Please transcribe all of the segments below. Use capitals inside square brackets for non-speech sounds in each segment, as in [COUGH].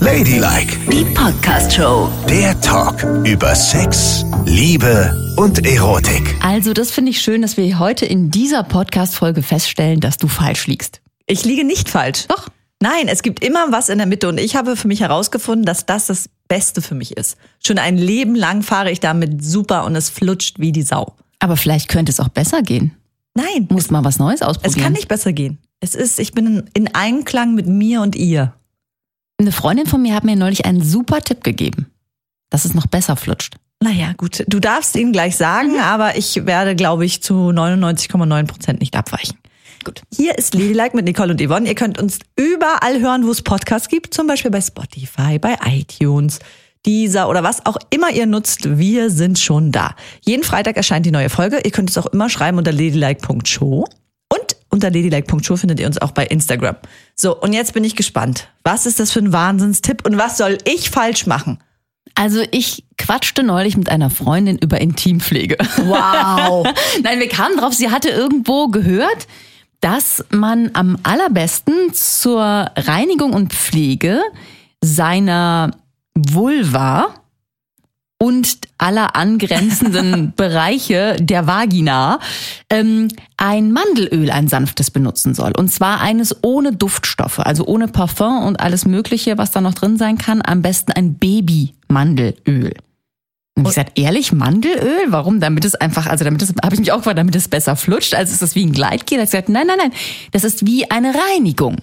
Ladylike, Die Podcast-Show. der Talk über Sex, Liebe und Erotik. Also, das finde ich schön, dass wir heute in dieser Podcast-Folge feststellen, dass du falsch liegst. Ich liege nicht falsch. Doch. Nein, es gibt immer was in der Mitte und ich habe für mich herausgefunden, dass das das Beste für mich ist. Schon ein Leben lang fahre ich damit super und es flutscht wie die Sau. Aber vielleicht könnte es auch besser gehen. Nein, Muss mal was Neues es ausprobieren. kann nicht besser gehen. Es ist, ich bin in- in Einklang mit mir und ihr. Eine Freundin von mir hat mir neulich einen super Tipp gegeben, dass es noch besser flutscht. Naja, gut, du darfst ihn gleich sagen, aber ich werde, glaube ich, zu 99,9 Prozent nicht abweichen. Gut. Hier ist Ladylike mit Nicole und Yvonne. Ihr könnt uns überall hören, wo es Podcasts gibt, zum Beispiel bei Spotify, bei iTunes, dieser oder was auch immer ihr nutzt. Wir sind schon da. Jeden Freitag erscheint die neue Folge. Ihr könnt es auch immer schreiben unter ladylike.show. Und unter ladylike.show findet ihr uns auch bei Instagram. So, und jetzt bin ich gespannt. Was ist das für ein Wahnsinnstipp und was soll ich falsch machen? Also, ich quatschte neulich mit einer Freundin über Intimpflege. [LAUGHS] Wow. Nein, wir kamen drauf, sie hatte irgendwo gehört, dass man am allerbesten zur Reinigung und Pflege seiner Vulva und aller angrenzenden Bereiche der Vagina ähm, ein Mandelöl, ein sanftes benutzen soll. Und zwar eines ohne Duftstoffe, also ohne Parfum und alles Mögliche, was da noch drin sein kann. Am besten ein Baby-Mandelöl. Und ich gesagt, ehrlich, Mandelöl? Warum? Damit es einfach, also damit es, habe ich mich auch gefragt, damit es besser flutscht, also ist das wie ein Gleitgel. Da hat sie gesagt, nein, nein, nein, das ist wie eine Reinigung.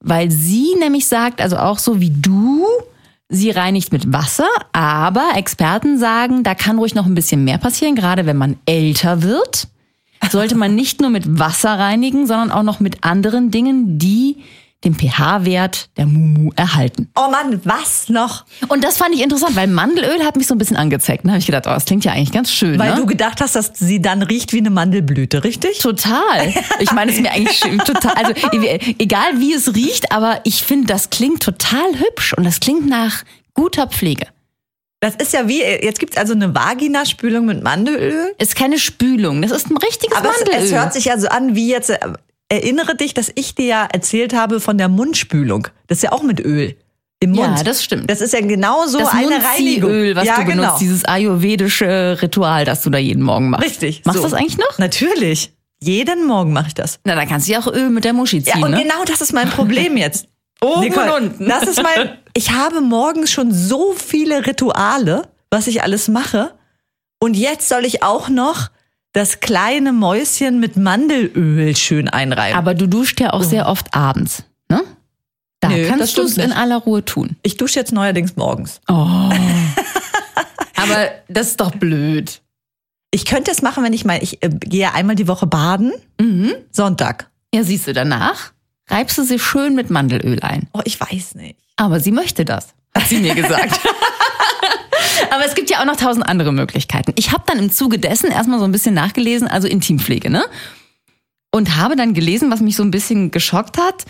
Weil sie nämlich sagt, also auch so wie du, sie reinigt mit Wasser, aber Experten sagen, da kann ruhig noch ein bisschen mehr passieren, gerade wenn man älter wird, sollte man nicht nur mit Wasser reinigen, sondern auch noch mit anderen Dingen, die den pH-Wert der Mumu erhalten. Oh Mann, was noch? Und das fand ich interessant, weil Mandelöl hat mich so ein bisschen angezeigt. Dann habe ich gedacht, oh, das klingt ja eigentlich ganz schön. Weil ne? du gedacht hast, dass sie dann riecht wie eine Mandelblüte, richtig? total. Ich meine, es ist mir eigentlich schön, total. Also e- egal wie es riecht, aber ich finde, das klingt total hübsch und das klingt nach guter Pflege. Das ist ja wie, jetzt gibt's also eine Vaginaspülung mit Mandelöl. Ist keine Spülung, das ist ein richtiges Aber Mandelöl. es, es hört sich ja so an, wie jetzt, äh, erinnere dich, dass ich dir ja erzählt habe von der Mundspülung. Das ist ja auch mit Öl im Ja, Mund. das stimmt. Das ist ja genau so das eine Reinigung. Munziöl, was ja, du benutzt, genau. dieses ayurvedische Ritual, das du da jeden Morgen machst. Richtig. Machst du so. das eigentlich noch? Natürlich. Jeden Morgen mache ich das. Na, dann kannst du ja auch Öl mit der Muschi ziehen, Ja, und ne? genau das ist mein Problem jetzt. Oben und unten. Das [LAUGHS] ist mein. Ich habe morgens schon so viele Rituale, was ich alles mache. Und jetzt soll ich auch noch das kleine Mäuschen mit Mandelöl schön einreiben. Aber du duschst ja auch sehr oft abends, ne? Da Nö, das kannst du stimmt es in nicht. aller Ruhe tun. ich dusche jetzt neuerdings morgens. Oh. [LAUGHS] Aber das ist doch blöd. Ich könnte es machen, wenn ich mal, ich äh, gehe einmal die Woche baden, Mhm. Sonntag. Ja, siehst du, danach reibst du sie schön mit Mandelöl ein. Oh, ich weiß nicht. Aber sie möchte das, hat sie mir gesagt. Aber es gibt ja auch noch tausend andere Möglichkeiten. Ich habe dann im Zuge dessen erstmal so ein bisschen nachgelesen, also Intimpflege, ne? Und habe dann gelesen, was mich so ein bisschen geschockt hat,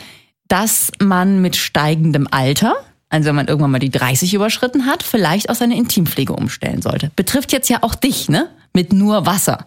dass man mit steigendem Alter, also wenn man irgendwann mal die 30 überschritten hat, vielleicht auch seine Intimpflege umstellen sollte. Betrifft jetzt ja auch dich, ne? Mit nur Wasser.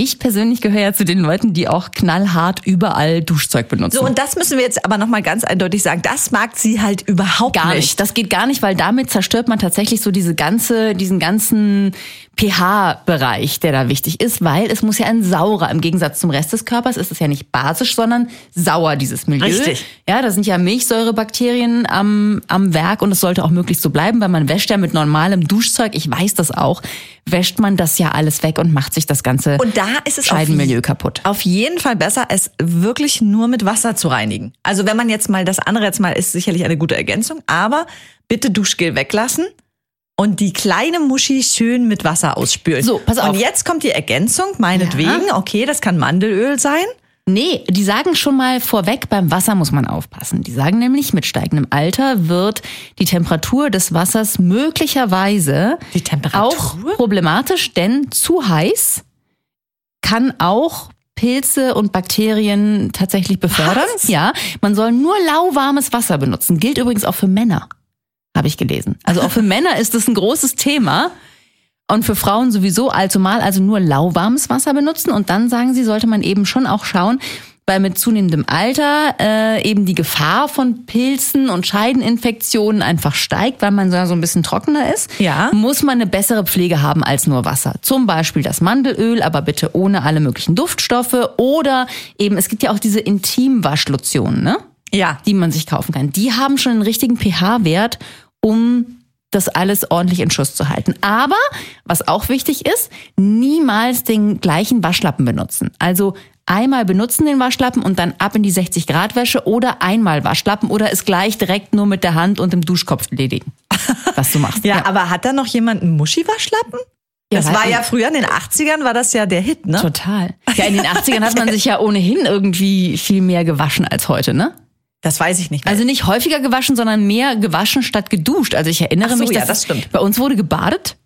Ich persönlich gehöre ja zu den Leuten, die auch knallhart überall Duschzeug benutzen. So, und das müssen wir jetzt aber nochmal ganz eindeutig sagen. Das mag sie halt überhaupt Gar nicht. Das geht gar nicht, weil damit zerstört man tatsächlich so diese ganze, diesen ganzen pH-Bereich, der da wichtig ist, weil es muss ja ein saurer, im Gegensatz zum Rest des Körpers ist es ja nicht basisch, sondern sauer, dieses Milieu. Richtig. Ja, da sind ja Milchsäurebakterien am, am Werk und es sollte auch möglichst so bleiben, weil man wäscht ja mit normalem Duschzeug, ich weiß das auch, wäscht man das ja alles weg und macht sich das ganze Und da ist es auf Scheidenmilieu je- kaputt. Auf jeden Fall besser, es wirklich nur mit Wasser zu reinigen. Also wenn man jetzt mal das andere jetzt mal ist sicherlich eine gute Ergänzung, aber bitte Duschgel weglassen und die kleine Muschi schön mit Wasser ausspülen. So, pass auf. Und jetzt kommt die Ergänzung, meinetwegen, okay, das kann Mandelöl sein. Nee, die sagen schon mal vorweg, beim Wasser muss man aufpassen. Die sagen nämlich, mit steigendem Alter wird die Temperatur des Wassers möglicherweise Die Temperatur? auch problematisch, denn zu heiß kann auch Pilze und Bakterien tatsächlich befördern. Was? Ja, man soll nur lauwarmes Wasser benutzen. Gilt übrigens auch für Männer, habe ich gelesen. Also auch für Männer ist das ein großes Thema. Und für Frauen sowieso allzumal also nur lauwarmes Wasser benutzen. Und dann sagen sie, sollte man eben schon auch schauen, weil mit zunehmendem Alter äh, eben die Gefahr von Pilzen und Scheideninfektionen einfach steigt, weil man so- so ein bisschen trockener ist, Ja. muss man eine bessere Pflege haben als nur Wasser. Zum Beispiel das Mandelöl, aber bitte ohne alle möglichen Duftstoffe oder eben, es gibt ja auch diese Intimwaschlotionen, ne? Ja. die man sich kaufen kann, die haben schon einen richtigen pH-Wert, um das alles ordentlich in Schuss zu halten. Aber, was auch wichtig ist, niemals den gleichen Waschlappen benutzen. Also einmal benutzen den Waschlappen und dann ab in die 60-Grad-Wäsche oder einmal Waschlappen oder es gleich direkt nur mit der Hand und dem Duschkopf [LAUGHS] erledigen, was du machst. Ja, aber hat da noch jemand einen Muschiwaschlappen? Ja, Das weiß war ich. ja früher in den 80ern, war das ja der Hit, ne? Total. Ja, [LAUGHS] in den 80ern hat man sich ja ohnehin irgendwie viel mehr gewaschen als heute, ne? Das weiß ich nicht mehr. Also nicht häufiger gewaschen, sondern mehr gewaschen statt geduscht. Also ich erinnere Ach so, mich, ja, dass das stimmt. bei uns wurde gebadet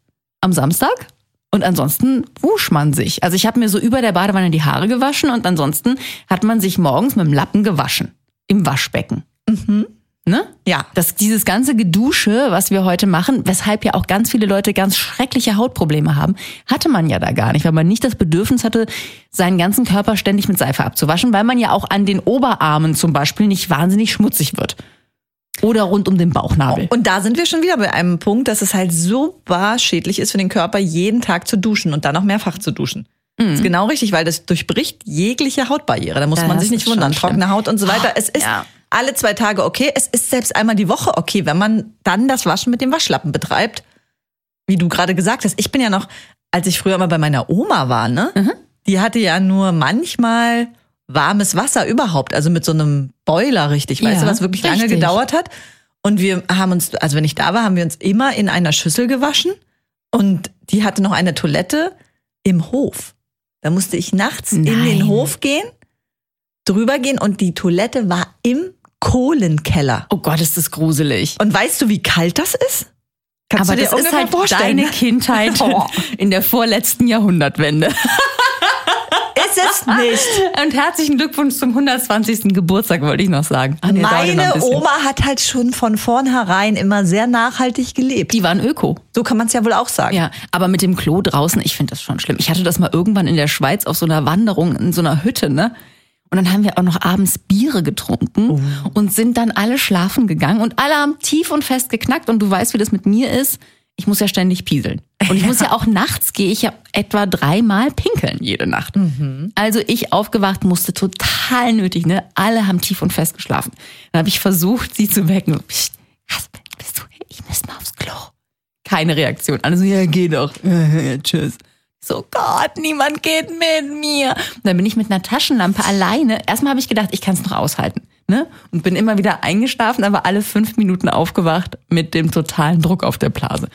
am Samstag und ansonsten wusch man sich. Also ich habe mir so über der Badewanne die Haare gewaschen und ansonsten hat man sich morgens mit dem Lappen gewaschen im Waschbecken. Mhm. Ne? Ja. Das, dieses ganze Gedusche, was wir heute machen, weshalb ja auch ganz viele Leute ganz schreckliche Hautprobleme haben, hatte man ja da gar nicht, weil man nicht das Bedürfnis hatte, seinen ganzen Körper ständig mit Seife abzuwaschen, weil man ja auch an den Oberarmen zum Beispiel nicht wahnsinnig schmutzig wird. Oder rund um den Bauchnabel. Und da sind wir schon wieder bei einem Punkt, dass es halt super schädlich ist für den Körper, jeden Tag zu duschen und dann noch mehrfach zu duschen. Das ist genau richtig, weil das durchbricht jegliche Hautbarriere. Da muss Mhm. Ja, man das sich nicht ist schon wundern. schlimm. Ah, Trockene Haut und so weiter. Es ist Ja. alle zwei Tage okay. Es ist selbst einmal die Woche okay, wenn man dann das Waschen mit dem Waschlappen betreibt. Wie du gerade gesagt hast. Ich bin ja noch, als ich früher mal bei meiner Oma war, ne? Mhm. Die hatte ja nur manchmal warmes Wasser überhaupt. Also mit so einem Boiler richtig. Weißt Ja, du, was wirklich lange richtig. gedauert gedauert hat. Und wir haben uns, also wenn ich da war, haben wir uns immer in einer Schüssel gewaschen. Und die hatte noch eine Toilette im Hof. Da musste ich nachts in Nein. den Hof gehen, drüber gehen und die Toilette war im Kohlenkeller. Oh Gott, ist das gruselig. Und weißt du, wie kalt das ist? Kannst Aber du dir das ist ungefähr halt vorstellen? deine [LAUGHS] Kindheit Oh. in der vorletzten Jahrhundertwende. Ist [LAUGHS] es nicht. Und herzlichen Glückwunsch zum 120. Geburtstag, wollte ich noch sagen. Ah, nee, dauert ja noch ein Meine bisschen. Oma hat halt schon von vornherein immer sehr nachhaltig gelebt. Die waren Öko. So kann man es ja wohl auch sagen. Ja, aber mit dem Klo draußen, ich finde das schon schlimm. Ich hatte das mal irgendwann in der Schweiz auf so einer Wanderung in so einer Hütte, ne? Und dann haben wir auch noch abends Biere getrunken und sind dann alle schlafen gegangen und alle haben tief und fest geknackt und du weißt, wie das mit mir ist. Ich muss ja ständig pieseln. Und ich muss ja auch nachts gehe ich ja etwa dreimal pinkeln jede Nacht. Also ich aufgewacht musste total nötig, ne? Alle haben tief und fest geschlafen. Dann habe ich versucht, sie zu wecken. Psst, Haspel, bist du hier? Ich muss mal aufs Klo. Keine Reaktion. Alle so, ja, geh doch. [LAUGHS] Tschüss. So, Gott, niemand geht mit mir. Und dann bin ich mit einer Taschenlampe alleine. Erstmal habe ich gedacht, ich kann es noch aushalten. Ne? Und bin immer wieder eingeschlafen, aber alle fünf Minuten aufgewacht mit dem totalen Druck auf der Blase.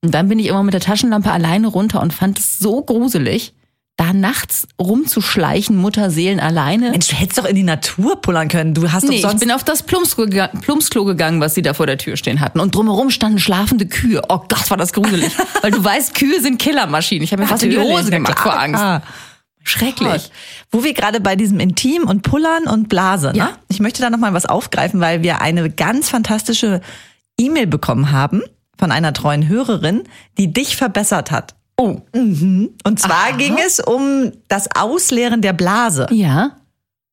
Und dann bin ich immer mit der Taschenlampe alleine runter und fand es so gruselig, da nachts rumzuschleichen, Mutterseelen alleine. Mensch, du hättest doch in die Natur pullern können. Du hast Nee, doch ich sonst bin auf das Plumpsklo, gega- Plumpsklo gegangen, was sie da vor der Tür stehen hatten. Und drumherum standen schlafende Kühe. Oh Gott, war das [LAUGHS] gruselig. Weil du weißt, Kühe sind Killermaschinen. Ich habe mir fast in die Natürlich, Hose na gemacht klar. vor Angst. Ah, Schrecklich. Gott. Wo wir gerade bei diesem Intim und Pullern und Blase, ne? Ja. Ich möchte da nochmal was aufgreifen, weil wir eine ganz fantastische E-Mail bekommen haben von einer treuen Hörerin, die dich verbessert hat. Mhm. Oh. Und zwar ging es um das Ausleeren der Blase. Ja.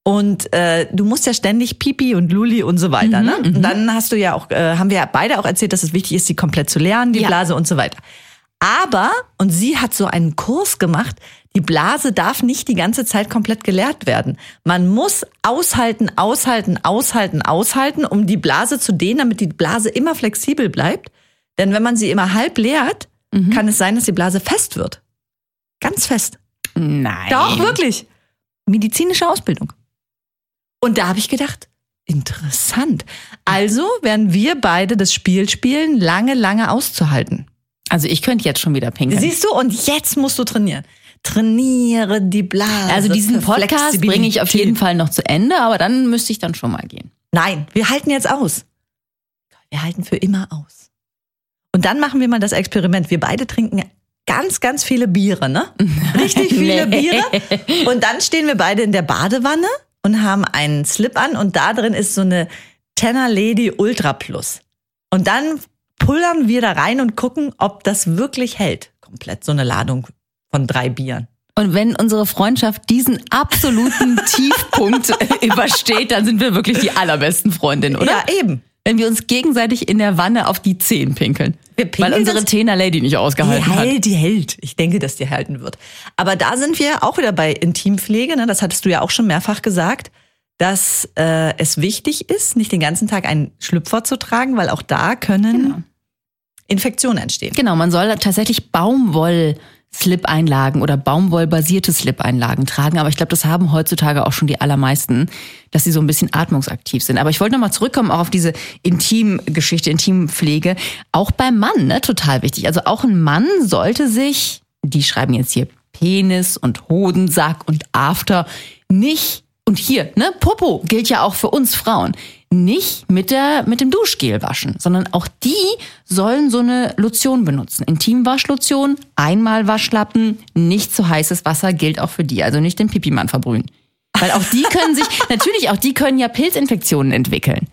Und äh, du musst ja ständig Pipi und Luli und so weiter. ne? Und dann hast du ja auch, äh, haben wir ja beide auch erzählt, dass es wichtig ist, sie komplett zu lernen, die Ja. Blase und so weiter. Aber, und sie hat so einen Kurs gemacht, die Blase darf nicht die ganze Zeit komplett geleert werden. Man muss aushalten, aushalten, aushalten, aushalten, um die Blase zu dehnen, damit die Blase immer flexibel bleibt. Denn wenn man sie immer halb leert, Mhm. kann es sein, dass die Blase fest wird. Ganz fest. Nein. Doch, wirklich. Medizinische Ausbildung. Und da habe ich gedacht, interessant. Also werden wir beide das Spiel spielen, lange, lange auszuhalten. Also ich könnte jetzt schon wieder pinkeln. Siehst du, und jetzt musst du trainieren. Trainiere die Blase. also diesen für Podcast bringe ich auf Flexibilität. jeden Fall noch zu Ende, aber dann müsste ich dann schon mal gehen. Nein, wir halten jetzt aus. Wir halten für immer aus. Und dann machen wir mal das Experiment. Wir beide trinken ganz, ganz viele [LAUGHS] Biere, ne? Richtig viele Nee. Biere. Und dann stehen wir beide in der Badewanne und haben einen Slip an und da drin ist so eine Tenner Lady Ultra Plus. Und dann pullern wir da rein und gucken, ob das wirklich hält. Komplett so eine Ladung von drei Bieren. Und wenn unsere Freundschaft diesen absoluten [LAUGHS] Tiefpunkt übersteht, dann sind wir wirklich die allerbesten Freundinnen, oder? Ja, eben. Wenn wir uns gegenseitig in der Wanne auf die Zehen pinkeln. Wir pinkeln weil unsere uns- Zehner Lady nicht ausgehalten Die hat. hält, die hält. Ich denke, dass die halten wird. Aber da sind wir auch wieder bei Intimpflege. Ne? Das hattest du ja auch schon mehrfach gesagt, dass äh, es wichtig ist, nicht den ganzen Tag einen Schlüpfer zu tragen, weil auch da können Infektionen entstehen. Genau, man soll tatsächlich Baumwoll-Slip-Einlagen oder baumwollbasierte Slip-Einlagen tragen. Aber ich glaube, das haben heutzutage auch schon die allermeisten, dass sie so ein bisschen atmungsaktiv sind. Aber ich wollte nochmal zurückkommen auch auf diese Intimgeschichte, Intimpflege. Auch beim Mann, ne, total wichtig. Also auch ein Mann sollte sich, die schreiben jetzt hier Penis und Hodensack und After, nicht und hier, ne, Popo gilt ja auch für uns Frauen. Nicht mit, der, mit dem Duschgel waschen, sondern auch die sollen so eine Lotion benutzen. Intimwaschlotion, einmal Waschlappen, nicht zu heißes Wasser gilt auch für die. Also nicht den Pipimann verbrühen. Weil auch die können sich, natürlich, auch die können ja Pilzinfektionen entwickeln.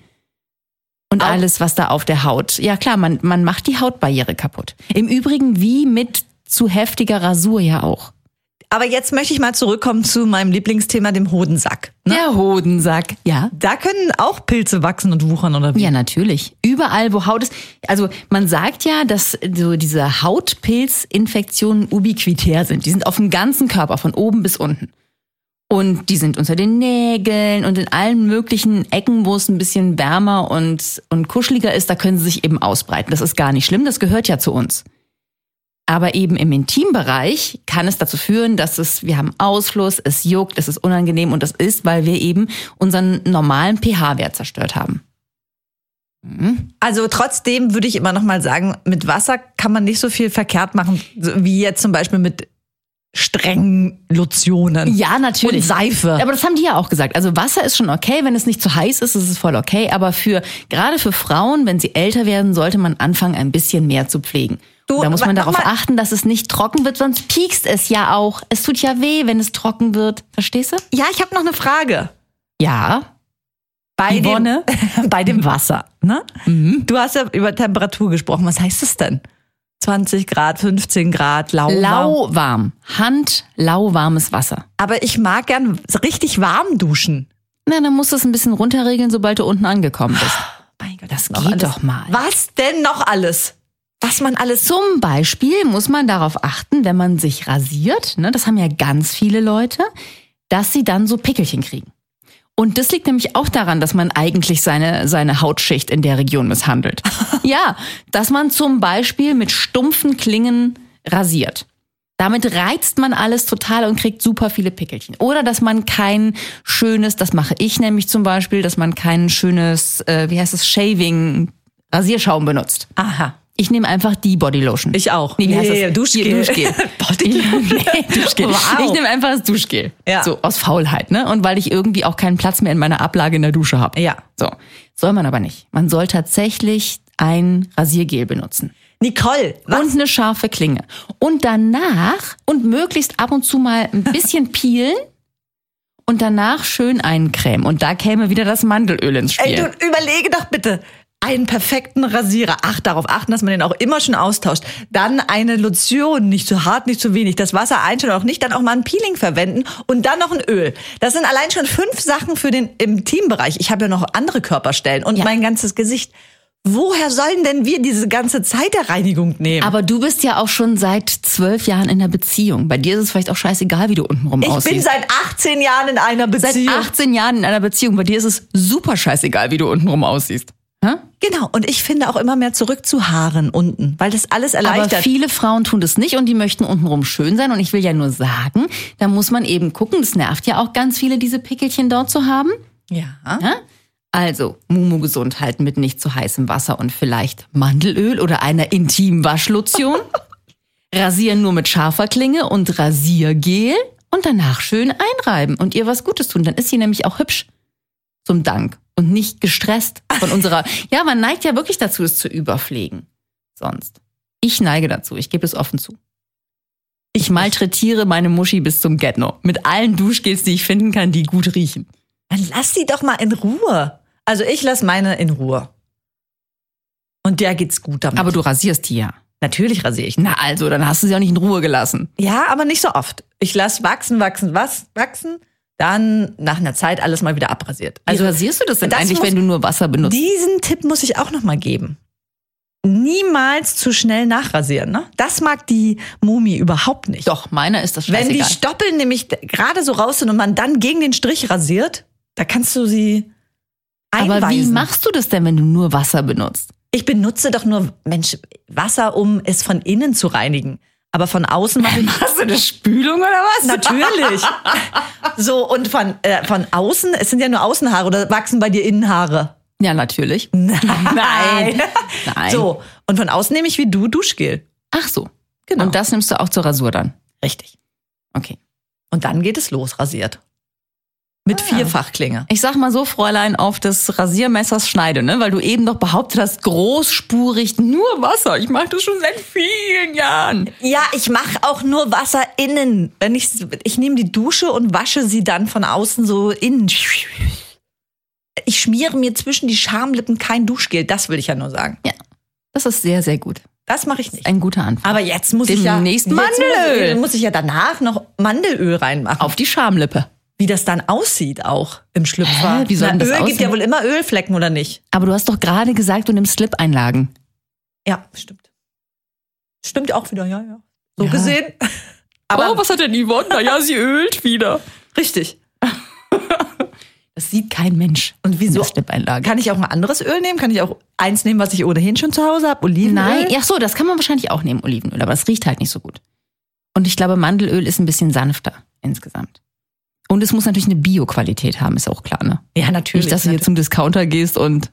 Und alles, was da auf der Haut. Ja klar, man, man macht die Hautbarriere kaputt. Im Übrigen wie mit zu heftiger Rasur ja auch. Aber jetzt möchte ich mal zurückkommen zu meinem Lieblingsthema, dem Hodensack. Der Hodensack, ja. Da können auch Pilze wachsen und wuchern oder wie? Ja, natürlich. Überall, wo Haut ist. Also man sagt ja, dass so diese Hautpilzinfektionen ubiquitär sind. Die sind auf dem ganzen Körper, von oben bis unten. Und die sind unter den Nägeln und in allen möglichen Ecken, wo es ein bisschen wärmer und, und kuscheliger ist, da können sie sich eben ausbreiten. Das ist gar nicht schlimm, das gehört ja zu uns. Aber eben im Intimbereich kann es dazu führen, dass es, wir haben Ausfluss, es juckt, es ist unangenehm und das ist, weil wir eben unseren normalen pH-Wert zerstört haben. Also trotzdem würde ich immer noch mal sagen, mit Wasser kann man nicht so viel verkehrt machen, so wie jetzt zum Beispiel mit strengen Lotionen. Ja, natürlich. Und Seife. Aber das haben die ja auch gesagt. Also Wasser ist schon okay, wenn es nicht zu heiß ist, ist es voll okay. Aber für gerade für Frauen, wenn sie älter werden, sollte man anfangen, ein bisschen mehr zu pflegen. Du, Und da muss man aber darauf nochmal- achten, dass es nicht trocken wird, sonst piekst es ja auch. Es tut ja weh, wenn es trocken wird. Verstehst du? Ja, ich habe noch eine Frage. Ja. Bei Yvonne? dem, [LAUGHS] bei dem Wasser. Ne? Du hast ja über Temperatur gesprochen. Was heißt es denn? 20 Grad, 15 Grad, lauwarm. Lauwarm. Hand lauwarmes Wasser. Aber ich mag gern so richtig warm duschen. Na, dann musst du es ein bisschen runterregeln, sobald du unten angekommen bist. Mein Gott, Das noch geht alles. doch mal. Was denn noch alles? Was man alles Zum Beispiel muss man darauf achten, wenn man sich rasiert, ne, das haben ja ganz viele Leute, dass sie dann so Pickelchen kriegen. Und das liegt nämlich auch daran, dass man eigentlich seine, seine Hautschicht in der Region misshandelt. ja, dass man zum Beispiel mit stumpfen Klingen rasiert. Damit reizt man alles total und kriegt super viele Pickelchen. Oder dass man kein schönes, das mache ich nämlich zum Beispiel, dass man kein schönes, äh, wie heißt es, Shaving, Rasierschaum benutzt. Aha. Ich nehme einfach die Bodylotion. Ich auch. Nee, wie heißt Nee, das? Duschgel. Hier, [LAUGHS] Duschgel. [LAUGHS] Bodylotion. Nee, Duschgel. Wow. Ich nehme einfach das Duschgel. Ja. So aus Faulheit, ne? Und weil ich irgendwie auch keinen Platz mehr in meiner Ablage in der Dusche habe. Ja. So. Soll man aber nicht. Man soll tatsächlich ein Rasiergel benutzen. Nicole, was? Und eine scharfe Klinge. Und danach und möglichst ab und zu mal [LAUGHS] ein bisschen peelen und danach schön eincremen. Und da käme wieder das Mandelöl ins Spiel. Ey, du überlege doch bitte einen perfekten Rasierer. Ach, darauf achten, dass man den auch immer schon austauscht. Dann eine Lotion, nicht zu hart, nicht zu wenig. Das Wasser einstellen auch nicht. Dann auch mal ein Peeling verwenden und dann noch ein Öl. Das sind allein schon fünf Sachen für den Intimbereich. Ich habe ja noch andere Körperstellen und Ja. mein ganzes Gesicht. Woher sollen denn wir diese ganze Zeit der Reinigung nehmen? Aber du bist ja auch schon seit zwölf Jahren in einer Beziehung. Bei dir ist es vielleicht auch scheißegal, wie du untenrum ich aussiehst. bin seit 18 Jahren in einer seit Beziehung. 18 Jahren in einer Beziehung. Bei dir ist es super scheißegal, wie du untenrum aussiehst. Hä? Genau. Und ich finde auch immer mehr zurück zu Haaren unten, weil das alles Aber erleichtert. viele Frauen tun das nicht und die möchten untenrum schön sein. Und ich will ja nur sagen, da muss man eben gucken. Das nervt ja auch ganz viele, diese Pickelchen dort zu haben. ja. Ja? Also, Mumu gesund halten mit nicht zu heißem Wasser und vielleicht Mandelöl oder einer Intimwaschlotion. Rasieren nur mit scharfer Klinge und Rasiergel und danach schön einreiben und ihr was Gutes tun. Dann ist sie nämlich auch hübsch. Zum Dank. Und nicht gestresst von unserer. Ja, man neigt ja wirklich dazu, es zu überpflegen. Sonst. Ich neige dazu. Ich gebe es offen zu. Ich malträtiere meine Muschi bis zum Getno. Mit allen Duschgels, die ich finden kann, die gut riechen. Dann lass sie doch mal in Ruhe. Also ich lass meine in Ruhe. Und der geht's gut damit. Aber du rasierst die ja. Natürlich rasiere ich. Na also, dann hast du sie auch nicht in Ruhe gelassen. Ja, aber nicht so oft. Ich lasse wachsen, wachsen, was, wachsen. Dann nach einer Zeit alles mal wieder abrasiert. Also rasierst du das denn das eigentlich, muss- wenn du nur Wasser benutzt? Diesen Tipp muss ich auch noch mal geben. Niemals zu schnell nachrasieren. Ne? Das mag die Mumi überhaupt nicht. Doch, meiner ist das Wenn die scheißegal. Stoppeln nämlich d- gerade so raus sind und man dann gegen den Strich rasiert, da kannst du sie einweisen. Aber wie machst du das denn, wenn du nur Wasser benutzt? ich benutze doch nur Mensch Wasser, um es von innen zu reinigen. Aber von außen mache ich Hast Äh, du eine Spülung oder was? natürlich. so und von äh, von außen, es sind ja nur Außenhaare oder wachsen bei dir Innenhaare? Ja, natürlich. Nein. Nein. So und von außen nehme ich wie du Duschgel. Ach so. Genau. Und das nimmst du auch zur Rasur dann. Richtig. Okay. Und dann geht es los rasiert Ah. mit Vierfachklinge. Ich sag mal so, Fräulein, auf des Rasiermessers schneide, ne? Weil du eben doch behauptet hast, großspurig nur Wasser. Ich mache das schon seit vielen Jahren. Ja, ich mache auch nur Wasser innen. Wenn ich ich nehme die Dusche und wasche sie dann von außen so innen. Ich schmiere mir zwischen die Schamlippen kein Duschgel, das will ich ja nur sagen. Das ist sehr, sehr gut. Das mache ich nicht. Ein guter Anfang. Aber jetzt muss ich ja Demnächst jetzt Mandelöl. Muss, muss ich ja danach noch Mandelöl reinmachen. Auf die Schamlippe. Wie das dann aussieht auch im Schlüpfer. Hä? Wie soll denn das Öl gibt aussehen? ja wohl immer Ölflecken oder nicht? Aber du hast doch gerade gesagt, du nimmst Slip-Einlagen. Ja, stimmt. Stimmt auch wieder, ja, ja. So Ja. Oh, gesehen. Aber was hat denn Yvonne? Na ja, sie ölt wieder. richtig. Das sieht kein Mensch. Und So. wieso Slip-Einlage. Kann ich auch ein anderes Öl nehmen? Kann ich auch eins nehmen, was ich ohnehin schon zu Hause habe? Olivenöl? Nein, ach so, das kann man wahrscheinlich auch nehmen, Olivenöl, aber es riecht halt nicht so gut. Und ich glaube, Mandelöl ist ein bisschen sanfter insgesamt. Und es muss natürlich eine Bio-Qualität haben, ist auch klar, ne? Ja, natürlich. Nicht, dass du hier zum Discounter gehst und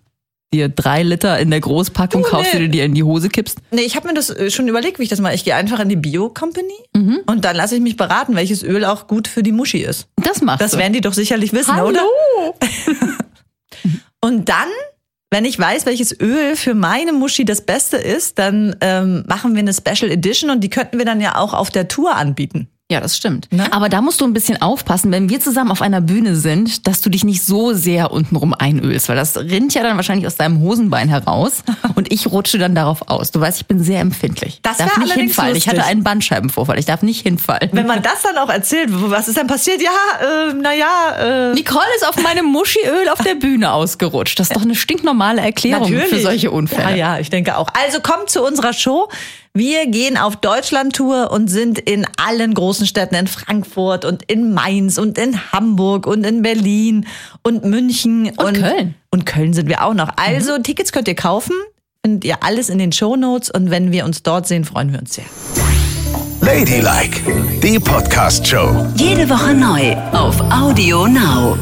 dir drei Liter in der Großpackung Du, kaufst, die nee. du dir in die Hose kippst. nee, ich habe mir das äh, schon überlegt, wie ich das mache. Ich gehe einfach in die Bio-Company Mhm. und dann lasse ich mich beraten, welches Öl auch gut für die Muschi ist. Das machst Das du. werden die doch sicherlich wissen, Hallo? [LAUGHS] oder? Und dann, wenn ich weiß, welches Öl für meine Muschi das Beste ist, dann ähm, machen wir eine Special Edition und die könnten wir dann ja auch auf der Tour anbieten. Ja, das stimmt. Ne? Aber da musst du ein bisschen aufpassen, wenn wir zusammen auf einer Bühne sind, dass du dich nicht so sehr untenrum einölst, weil das rinnt ja dann wahrscheinlich aus deinem Hosenbein [LAUGHS] heraus und ich rutsche dann darauf aus. Du weißt, ich bin sehr empfindlich. Das darf wär nicht allerdings hinfallen. Ich hatte lustig. einen Bandscheibenvorfall. Ich darf nicht hinfallen. [LAUGHS] Wenn man das dann auch erzählt, was ist dann passiert? Ja, äh, naja, äh, Nicole ist auf meinem Muschiöl auf der Bühne ausgerutscht. Das ist doch eine stinknormale Erklärung für solche Unfälle. Ja, ja, ich denke auch. Also kommt zu unserer Show. Wir gehen auf Deutschland-Tour und sind in allen großen Städten, in Frankfurt und in Mainz und in Hamburg und in Berlin und München und, Köln. Mhm. Und Köln sind wir auch noch. Also Tickets könnt ihr kaufen. Findet ihr alles in den Shownotes und wenn wir uns dort sehen, freuen wir uns sehr. Ladylike, die Podcast-Show. Jede Woche neu auf Audio Now.